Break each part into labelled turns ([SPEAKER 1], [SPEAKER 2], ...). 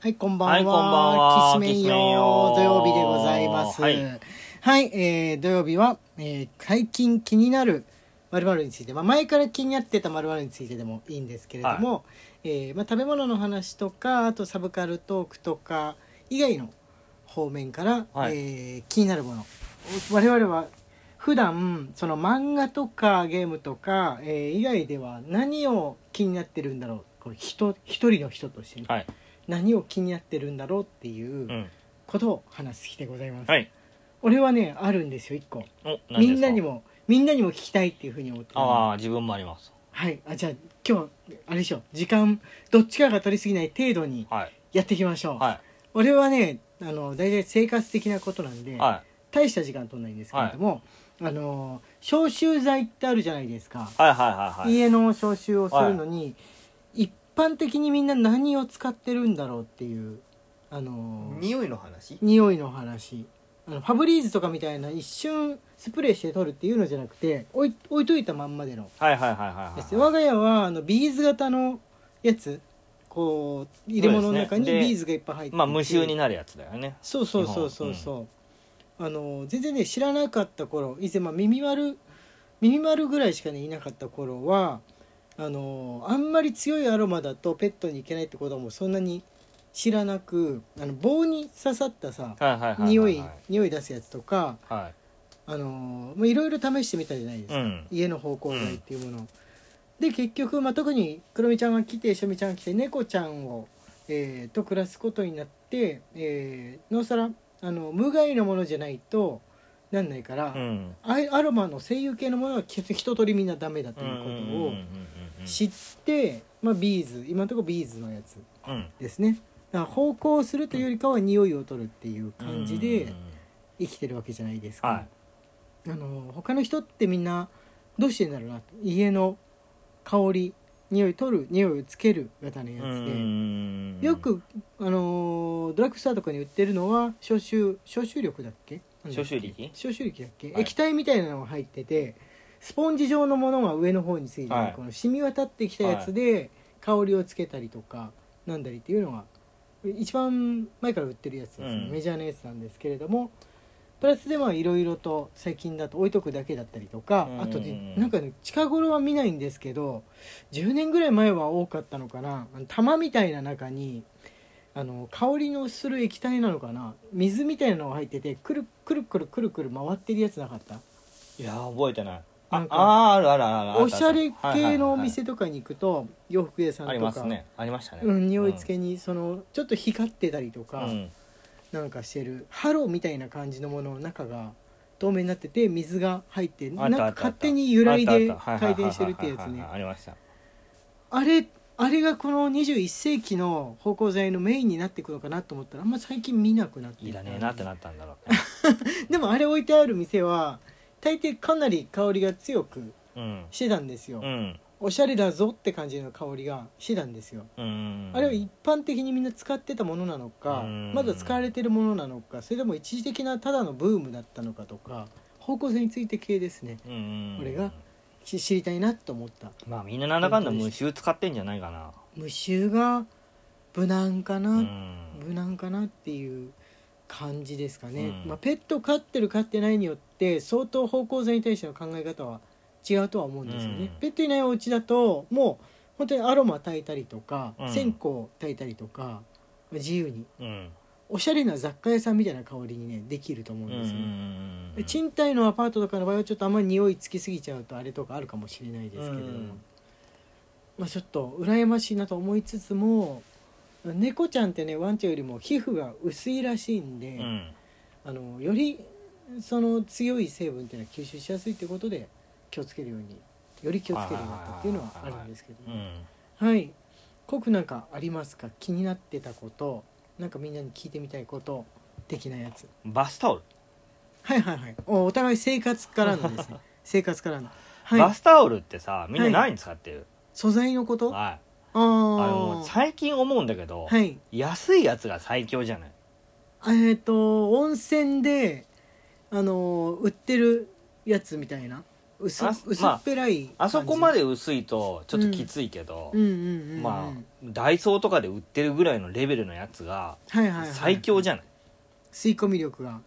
[SPEAKER 1] はい、こんばんは。
[SPEAKER 2] はいこんばんは
[SPEAKER 1] きしめん
[SPEAKER 2] きしめん
[SPEAKER 1] よ
[SPEAKER 2] よ。
[SPEAKER 1] 土曜日でございます。は
[SPEAKER 2] はいい、
[SPEAKER 1] えー土曜日は、えー最近気になる〇〇について、まあ、前から気になってた〇〇についてでもいいんですけれども、えーまあ、食べ物の話とか、あとサブカルトークとか以外の方面から、
[SPEAKER 2] はい
[SPEAKER 1] えー気になるもの。我々は普段その漫画とかゲームとか、えー以外では何を気になってるんだろうこれ人一人の人としてね、
[SPEAKER 2] はい。
[SPEAKER 1] 何を気になってるんだろうって
[SPEAKER 2] う。
[SPEAKER 1] いうんことを話す日でございます、
[SPEAKER 2] はい。
[SPEAKER 1] 俺はねあるんですよ一個
[SPEAKER 2] お、何ですか
[SPEAKER 1] みんなに。もみんなにも聞きたいっていうふうに思ってる
[SPEAKER 2] ああ、自分もあります。
[SPEAKER 1] はいあじゃあ今日あれでしょ時間どっちかが取りすぎない程度に
[SPEAKER 2] はい。
[SPEAKER 1] やっていきましょう、
[SPEAKER 2] は
[SPEAKER 1] 俺はねあの大体生活的なことなんで、
[SPEAKER 2] い。は
[SPEAKER 1] 大した時間取んないんですけれども、あの消臭剤ってあるじゃないですか、
[SPEAKER 2] い。はいはいはいはい。
[SPEAKER 1] 家の消臭をするのに、一般的にみんな何を使ってるんだろうっていうあの
[SPEAKER 3] 匂いの話
[SPEAKER 1] 匂いの話あのファブリーズとかみたいな一瞬スプレーして取るっていうのじゃなくて置い置いといたまんまでの
[SPEAKER 2] はいはいはいはいはい。
[SPEAKER 1] です我が家はあのビーズ型のやつこう入れ物の中
[SPEAKER 2] そうで
[SPEAKER 1] に
[SPEAKER 2] すねで
[SPEAKER 1] ビーズがいっぱい入ってて
[SPEAKER 2] まあ、無臭になるやつだよね。
[SPEAKER 1] そうそうそうそうそう、あの全然ね知らなかった頃以前まあ耳丸耳丸ぐらいしかねいなかった頃はあのあんまり強いアロマだとペットに行けないってこともそんなに知らなくあの棒に刺さったさ
[SPEAKER 2] はいはいはいはい。
[SPEAKER 1] 匂い
[SPEAKER 2] は
[SPEAKER 1] 匂い出すやつとか
[SPEAKER 2] はい。
[SPEAKER 1] あのまあいろいろ試してみたじゃないです
[SPEAKER 2] う
[SPEAKER 1] か、
[SPEAKER 2] ん。
[SPEAKER 1] 家の芳香剤っていうものを、で結局、まあ、特にくるみちゃんが来てしょみちゃんが来て猫ちゃんを、えーと暮らすことになって、えー、なおさらあの無害のものじゃないとなんないから、
[SPEAKER 2] うん。
[SPEAKER 1] アイアロマの精油系のものはき一通りみんなダメだと
[SPEAKER 2] うん
[SPEAKER 1] いううこ
[SPEAKER 2] ん
[SPEAKER 1] とを知って、まあ、ビーズ今のところビーズのやつ
[SPEAKER 2] うんうん
[SPEAKER 1] ですねだから芳香するというよりかは匂いを取るっていう感じで。
[SPEAKER 2] うん
[SPEAKER 1] 生きてるわけじゃないですか、
[SPEAKER 2] は
[SPEAKER 1] あの他の人ってみんなどうしてんだろうなと家の香り匂い取る匂いをつける型の
[SPEAKER 2] い。
[SPEAKER 1] や
[SPEAKER 2] うん
[SPEAKER 1] つ
[SPEAKER 2] うんうん
[SPEAKER 1] でよ。く、あのードラッグストアとかに売ってるのは消臭消臭力だっけなんだ
[SPEAKER 2] 消
[SPEAKER 1] っけ
[SPEAKER 2] 臭力
[SPEAKER 1] 消臭力だっけ、
[SPEAKER 2] はい
[SPEAKER 1] 液体みたいなのが入っててスポンジ状のものが上の方についてて、
[SPEAKER 2] はい
[SPEAKER 1] この染み渡ってきたやつで香りをつけたりとかなんだりっていうのが一番前から売ってるやつですね、
[SPEAKER 2] うん
[SPEAKER 1] メジャーなやつなんですけれどもプラスでまあいろいろと最近だと置いとくだけだったりとか、
[SPEAKER 2] うん
[SPEAKER 1] あとでなんかね近頃は見ないんですけど10年ぐらい前は多かったのかなあの玉みたいな中にあの香りのする液体なのかな水みたいなのが入っててくるくるくるくるくる回ってるやつなかった
[SPEAKER 2] いや、覚えてない。
[SPEAKER 1] な
[SPEAKER 2] あ
[SPEAKER 1] ん、か
[SPEAKER 2] あーあるあるあるある。
[SPEAKER 1] おしゃれ
[SPEAKER 2] はいはいは
[SPEAKER 1] 系
[SPEAKER 2] い
[SPEAKER 1] のお店とかに行くと洋服屋さん
[SPEAKER 2] あり
[SPEAKER 1] と
[SPEAKER 2] ます
[SPEAKER 1] か、
[SPEAKER 2] ね。ありましたね。
[SPEAKER 1] うん、匂い付けにそのちょっと光ってたりと
[SPEAKER 2] う
[SPEAKER 1] か、
[SPEAKER 2] ん。
[SPEAKER 1] なんかしてるハローみたいな感じのものの中が透明になってて水が入って
[SPEAKER 2] あっ
[SPEAKER 1] なん
[SPEAKER 2] たあ
[SPEAKER 1] か
[SPEAKER 2] った
[SPEAKER 1] 勝手に揺らいで
[SPEAKER 2] あったあった
[SPEAKER 1] 回転してるってやつ
[SPEAKER 2] はいはいはいはい
[SPEAKER 1] ね
[SPEAKER 2] はいありました
[SPEAKER 1] あれあれがこの21世紀の芳香剤のメインになっていくのかなと思ったらあんま最近見なくなって
[SPEAKER 2] い
[SPEAKER 1] い
[SPEAKER 2] らねえなってなったんだろうね
[SPEAKER 1] でもあれ置いてある店は大抵かなり香りが強く
[SPEAKER 2] うん
[SPEAKER 1] してたんですよ、
[SPEAKER 2] うん
[SPEAKER 1] おしゃれだぞって感じの香りがしてたんですよ
[SPEAKER 2] うん
[SPEAKER 1] あれは一般的にみんな使ってたものなのか
[SPEAKER 2] うん
[SPEAKER 1] まだ使われてるものなのかそれとも一時的なただのブームだったのかとか方向性について系ですね
[SPEAKER 2] うん
[SPEAKER 1] 俺がし知りたいなと思った
[SPEAKER 2] まあみんななんだかんだ無臭使ってんじゃないかな
[SPEAKER 1] 無臭が無難かな、
[SPEAKER 2] うん
[SPEAKER 1] 無難かなっていう感じですかね、
[SPEAKER 2] うん
[SPEAKER 1] まあ、ペット飼ってる飼ってないによって相当方向性に対しての考え方は違うとは思うんですよね、
[SPEAKER 2] うん
[SPEAKER 1] ペットいないお家だともう本当にアロマ炊いたりとか、
[SPEAKER 2] うん
[SPEAKER 1] 線香炊いたりとか自由に
[SPEAKER 2] うん
[SPEAKER 1] おしゃれな雑貨屋さんみたいな香りにねできると思うん
[SPEAKER 2] う
[SPEAKER 1] ですよ、
[SPEAKER 2] ん
[SPEAKER 1] で賃貸のアパートとかの場合はちょっとあんまり匂いつきすぎちゃうとあれとかあるかもしれないですけれ
[SPEAKER 2] う
[SPEAKER 1] ども、
[SPEAKER 2] ん
[SPEAKER 1] まあ、ちょっと羨ましいなと思いつつも猫ちゃんってねワンちゃんよりも皮膚が薄いらしいんで、
[SPEAKER 2] うん
[SPEAKER 1] あのよりその強い成分っていうのは吸収しやすいってことで気をつけるようにより気をつけるようになったっていうのはあるんですけど
[SPEAKER 2] う
[SPEAKER 1] ね
[SPEAKER 2] ん
[SPEAKER 1] はいコクなんかありますか気になってたことなんかみんなに聞いてみたいこと的なやつ
[SPEAKER 2] バスタオル
[SPEAKER 1] はいはいはいおお互い生活からのですね 生活からのは
[SPEAKER 2] バ
[SPEAKER 1] い
[SPEAKER 2] スタオルってさみんな何使ってる
[SPEAKER 1] 素材のことあ
[SPEAKER 2] はい
[SPEAKER 1] あ
[SPEAKER 2] あ
[SPEAKER 1] ー
[SPEAKER 2] のもう最近思うんだけど
[SPEAKER 1] はい
[SPEAKER 2] 安いやつが最強じゃない
[SPEAKER 1] えっ、と温泉であのー売ってるやつみたいな薄
[SPEAKER 2] あ
[SPEAKER 1] 薄っぺらい感じ、
[SPEAKER 2] あそこまで薄いとちょっときついけど、
[SPEAKER 1] うんうんうんうん
[SPEAKER 2] まあダイソーとかで売ってるぐらいのレベルのやつが
[SPEAKER 1] はいはいはい、
[SPEAKER 2] 最強じゃない
[SPEAKER 1] 吸い込み力が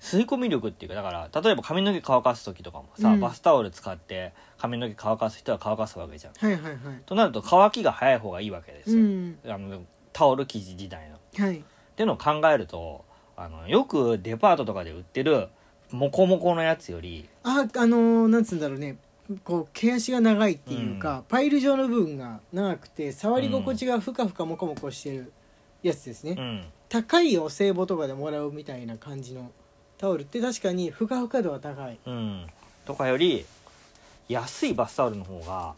[SPEAKER 2] 吸い込み力っていうかだから例えば髪の毛乾かす時とかもさ、
[SPEAKER 1] うん
[SPEAKER 2] バスタオル使って髪の毛乾かす人は乾かすわけじゃん
[SPEAKER 1] はいはいはい
[SPEAKER 2] となると乾きが早い方がいいわけですよ、
[SPEAKER 1] うん
[SPEAKER 2] あのタオル生地時代のっ
[SPEAKER 1] はい
[SPEAKER 2] ていうのを考えるとあのよくデパートとかで売ってるモコモコのやつより
[SPEAKER 1] ああのーなんつうんだろうねこう毛足が長いっていうか、パイル状の部分が長くて触り心地がふかふかもこもこしてるやつですね、
[SPEAKER 2] うん
[SPEAKER 1] 高いお歳暮とかでもらうみたいな感じのタオルって確かにふかふか度は高い
[SPEAKER 2] うんとかより安いバスタオルの方が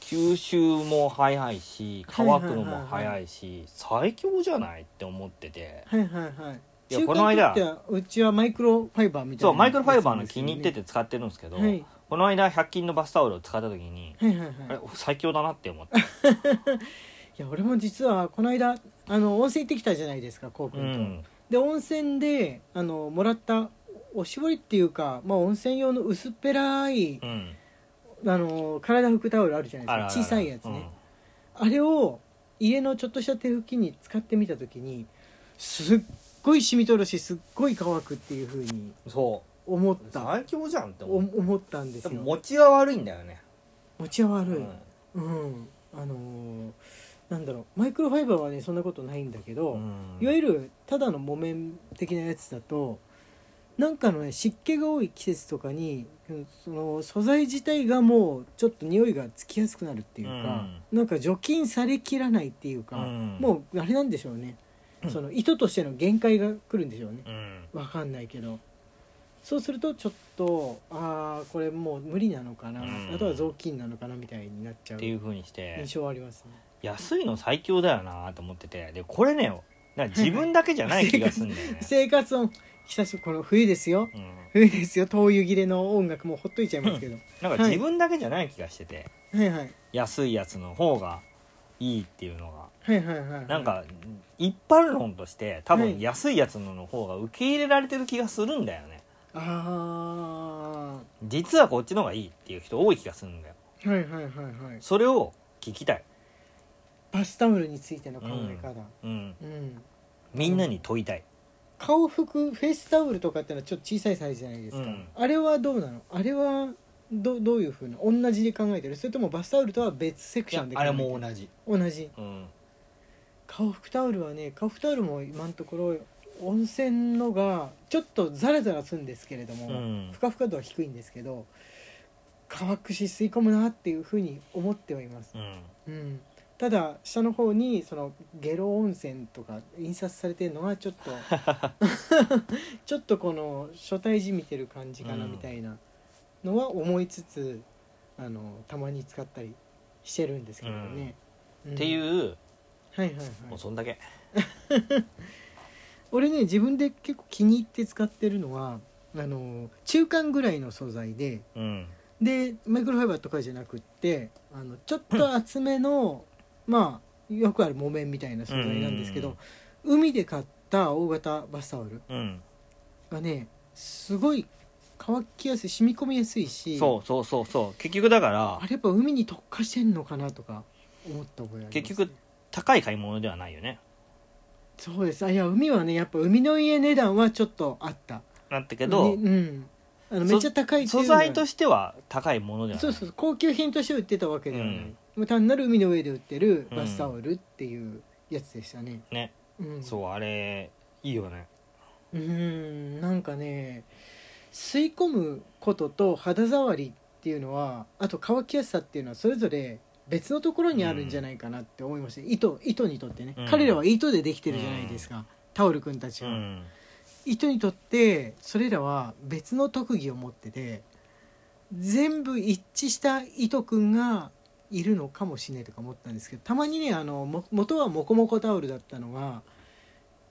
[SPEAKER 2] 吸収も早いし乾くのも早いし最強じゃないって思ってて
[SPEAKER 1] はいはいはい
[SPEAKER 2] いやこの間
[SPEAKER 1] 中間取ってはうちはマイクロファイバーみたいな
[SPEAKER 2] そうマイクロファイバーの気に入ってて使ってるんですけど、
[SPEAKER 1] はい
[SPEAKER 2] この間100均のバスタオルを使った時に
[SPEAKER 1] はいはい
[SPEAKER 2] あ
[SPEAKER 1] はい
[SPEAKER 2] れ最強だなって思って、
[SPEAKER 1] いや俺も実はこの間あの温泉行ってきたじゃないですかこうく
[SPEAKER 2] うん
[SPEAKER 1] と、
[SPEAKER 2] ん、
[SPEAKER 1] で温泉であのもらったおしぼりっていうか、まあ、温泉用の薄っぺらい、
[SPEAKER 2] うん、
[SPEAKER 1] あの体拭くタオルあるじゃないですか小さいやつね、あれを家のちょっとした手拭きに使ってみた時にすっごい染み取るしすっごい乾くっていう風に
[SPEAKER 2] うんそ
[SPEAKER 1] 思っ
[SPEAKER 2] う
[SPEAKER 1] た
[SPEAKER 2] 最強じゃんって
[SPEAKER 1] お
[SPEAKER 2] 思って
[SPEAKER 1] 思ったんです
[SPEAKER 2] でも
[SPEAKER 1] よ
[SPEAKER 2] 持ちは悪いんだよね、
[SPEAKER 1] 持ちは悪い、
[SPEAKER 2] うん
[SPEAKER 1] うん、あのーなんだろうマイクロファイバーはねそんなことないんだけど、
[SPEAKER 2] うん
[SPEAKER 1] いわゆるただの木綿的なやつだとなんかのね湿気が多い季節とかにうんその素材自体がもうちょっと匂いがつきやすくなるっていうか、なんか除菌されきらないっていうか、
[SPEAKER 2] うん
[SPEAKER 1] もうあれなんでしょうね、
[SPEAKER 2] うん
[SPEAKER 1] その糸としての限界が来るんでしょうね
[SPEAKER 2] う、ん
[SPEAKER 1] わかんないけどそうするとちょっとああこれもう無理なのかな、
[SPEAKER 2] うん
[SPEAKER 1] あとは雑巾なのかなみたいになっちゃう
[SPEAKER 2] っていうふうにして
[SPEAKER 1] 印象はありますね
[SPEAKER 2] 安いの最強だよなと思っててでこれねなんか自分だけじゃない気がするんだよね、
[SPEAKER 1] 生活音久しぶりこの冬です
[SPEAKER 2] う
[SPEAKER 1] よ
[SPEAKER 2] ん、
[SPEAKER 1] 冬ですよ灯油切れの音楽もうほっといちゃいますけど
[SPEAKER 2] なんか自分だけじゃない気がしてて、
[SPEAKER 1] はいはい
[SPEAKER 2] 安いやつの方がいいっていうのが
[SPEAKER 1] はいはいはいはい
[SPEAKER 2] なんか一般論として多
[SPEAKER 1] は
[SPEAKER 2] 分
[SPEAKER 1] い
[SPEAKER 2] 安いやつのの方が受け入れられてる気がするんだよね
[SPEAKER 1] あ
[SPEAKER 2] 実はこっちの方がいいっていう人多い気がするんだよ
[SPEAKER 1] あはいはいはいはい
[SPEAKER 2] それを聞きたい、
[SPEAKER 1] バスタオルについての考え方
[SPEAKER 2] うん、
[SPEAKER 1] うん、
[SPEAKER 2] みんなに問いたい
[SPEAKER 1] 顔拭くフェイスタオルとかってのはちょっと小さいサイズじゃないですか、
[SPEAKER 2] うん
[SPEAKER 1] あれはどうなのあれはどどういうふうな同じで考えてるそれともバスタオルとは別セク
[SPEAKER 2] い
[SPEAKER 1] ショ
[SPEAKER 2] や
[SPEAKER 1] ンで考
[SPEAKER 2] あ
[SPEAKER 1] え
[SPEAKER 2] れ
[SPEAKER 1] てる
[SPEAKER 2] も同じ、
[SPEAKER 1] 同じ
[SPEAKER 2] うん、
[SPEAKER 1] 顔拭くタオルはね顔拭くタオルも今のところ温泉のがちょっとザラザラするんですけれども、
[SPEAKER 2] うん
[SPEAKER 1] ふかふか度は低いんですけど乾くし吸い込むなっていうふうに思ってはいます、
[SPEAKER 2] うん
[SPEAKER 1] うん、ただ下の方にそのゲロ温泉とか印刷されてるのはちょっ とちょっとこの初対じみてる感じかな
[SPEAKER 2] うん
[SPEAKER 1] みたいなのは思いつつ、あのたまに使ったりしてるんですけどね、うん
[SPEAKER 2] っていう
[SPEAKER 1] はいはいはい
[SPEAKER 2] もうそんだけ
[SPEAKER 1] 俺ね自分で結構気に入って使ってるのはあの中間ぐらいの素材で
[SPEAKER 2] うん
[SPEAKER 1] でマイクロファイバーとかじゃなくってあのちょっと厚めのまあよくある木綿みたいな素材なんですけど、海で買った大型バスタオル
[SPEAKER 2] うん
[SPEAKER 1] がねすごい乾きやすい染み込みやすいし
[SPEAKER 2] そうそうそうそう結局だから
[SPEAKER 1] あれやっぱ海に特化してんのかなとか思った覚えあります、ね、
[SPEAKER 2] 結局高い買い物ではないよね
[SPEAKER 1] そうですあいや海はねやっぱ海の家値段はちょっとあった
[SPEAKER 2] なったけど、
[SPEAKER 1] ねうんあのめっちゃ高いってい
[SPEAKER 2] 素
[SPEAKER 1] うのは
[SPEAKER 2] 材としては高いものではない
[SPEAKER 1] そうそうそう高級品として売ってたわけではない、
[SPEAKER 2] うん
[SPEAKER 1] もう単なる海の上で売ってるバスタオルっていうやつでしたね、
[SPEAKER 2] ね
[SPEAKER 1] うん、
[SPEAKER 2] そうあれいいよね
[SPEAKER 1] ううんなんかね吸い込むことと肌触りっていうのはあと乾きやすさっていうのはそれぞれ別のところにあるんじゃないかなって思いました、糸糸にとってね、
[SPEAKER 2] うん
[SPEAKER 1] 彼らは糸でできてるじゃないですか、タオルくんたち
[SPEAKER 2] う
[SPEAKER 1] は、
[SPEAKER 2] ん
[SPEAKER 1] 糸にとってそれらは別の特技を持ってて全部一致した糸くんがいるのかもしれないとか思ったんですけどたまにねあのも元はモコモコタオルだったのが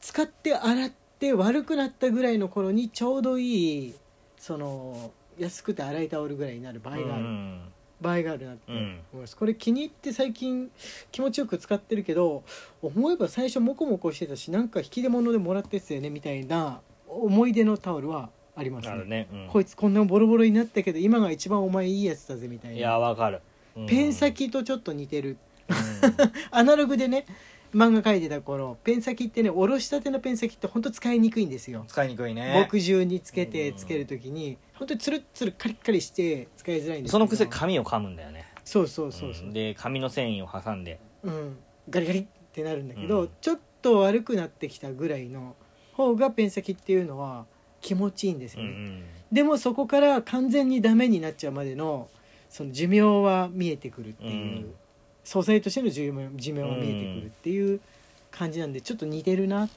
[SPEAKER 1] 使って洗って悪くなったぐらいの頃にちょうどいいその安くて洗いタオルぐらいになる場合がある、
[SPEAKER 2] うん
[SPEAKER 1] 場合があるなって
[SPEAKER 2] う
[SPEAKER 1] 思い
[SPEAKER 2] ん
[SPEAKER 1] ます、これ気に入って最近気持ちよく使ってるけど思えば最初モコモコしてたしなんか引き出物でもらったやつだよねみたいな思い出のタオルはあります
[SPEAKER 2] あ
[SPEAKER 1] ね
[SPEAKER 2] るね、うん
[SPEAKER 1] こいつこんなボロボロになったけど今が一番お前いいやつだぜみたい
[SPEAKER 2] い
[SPEAKER 1] な
[SPEAKER 2] やわかる、うん
[SPEAKER 1] ペン、先とちょっと似てる
[SPEAKER 2] うん
[SPEAKER 1] アナログでね漫画描いてた頃ペン先ってねおろしたてのペン先ってほんと使いにくいんですよ
[SPEAKER 2] 使いにくい ね
[SPEAKER 1] 墨汁につけて
[SPEAKER 2] うん
[SPEAKER 1] つけるときに本当につるっつるカリッカリして使いづらいんですけど
[SPEAKER 2] そのくせ紙を噛むんだよね
[SPEAKER 1] そうそうそうそう
[SPEAKER 2] うんで紙の繊維を挟んで
[SPEAKER 1] うん、ガリガリってなるんだけど、
[SPEAKER 2] うん
[SPEAKER 1] ちょっと悪くなってきたぐらいの方がペン先っていうのは気持ちいいんです
[SPEAKER 2] う
[SPEAKER 1] よ
[SPEAKER 2] んう
[SPEAKER 1] ね、
[SPEAKER 2] ん
[SPEAKER 1] でもそこから完全にダメになっちゃうまでのその寿命は見えてくるっていう、
[SPEAKER 2] うん
[SPEAKER 1] 素材としての寿命寿命は見えてくるっていう感じなんでちょっと似てるな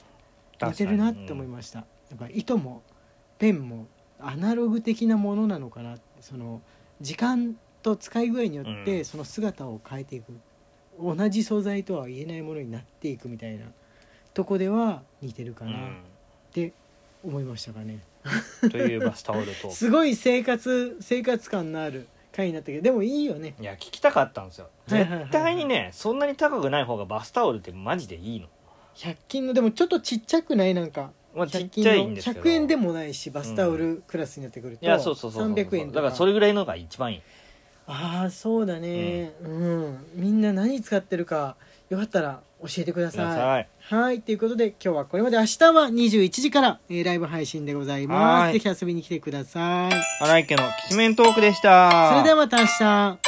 [SPEAKER 1] 似てるなって思いました、やっぱ糸もペンもアナログ的なものなのかなその時間と使い具合によっ
[SPEAKER 2] う
[SPEAKER 1] て
[SPEAKER 2] ん
[SPEAKER 1] その姿を変えていく、同じ素材とは言えないものになっていくみたいなとこでは似てるか
[SPEAKER 2] う
[SPEAKER 1] なっ
[SPEAKER 2] ん
[SPEAKER 1] て思いましたかね、
[SPEAKER 2] うんというバスタオルと
[SPEAKER 1] すごい生活生活感のある回になったけどでもいいよね
[SPEAKER 2] いや聞きたかったんですよ
[SPEAKER 1] はいはいはいは
[SPEAKER 2] 絶
[SPEAKER 1] い
[SPEAKER 2] 対にねそんなに高くない方がバスタオルってマジでいいの、
[SPEAKER 1] 100均のでもちょっとちっちゃくないなんか
[SPEAKER 2] まあ、ちっ
[SPEAKER 1] 100
[SPEAKER 2] ちゃい
[SPEAKER 1] 均
[SPEAKER 2] ん
[SPEAKER 1] の
[SPEAKER 2] ですけど
[SPEAKER 1] 100円でもないしバスタオルクラスになってくると
[SPEAKER 2] いやそうそうそうそう
[SPEAKER 1] 300円
[SPEAKER 2] だ
[SPEAKER 1] とか
[SPEAKER 2] からそれぐらいのが一番いい
[SPEAKER 1] ああそうだねうん、みんな何使ってるかよかったら教えてくだ
[SPEAKER 2] く
[SPEAKER 1] さい
[SPEAKER 2] ださい
[SPEAKER 1] はいということで今日はこれまで明日は21時から、えーライブ配信でござい
[SPEAKER 2] は
[SPEAKER 1] ま
[SPEAKER 2] い
[SPEAKER 1] すぜひ遊びに来てください
[SPEAKER 2] 荒井家のきしめんトークでした
[SPEAKER 1] それではまた明日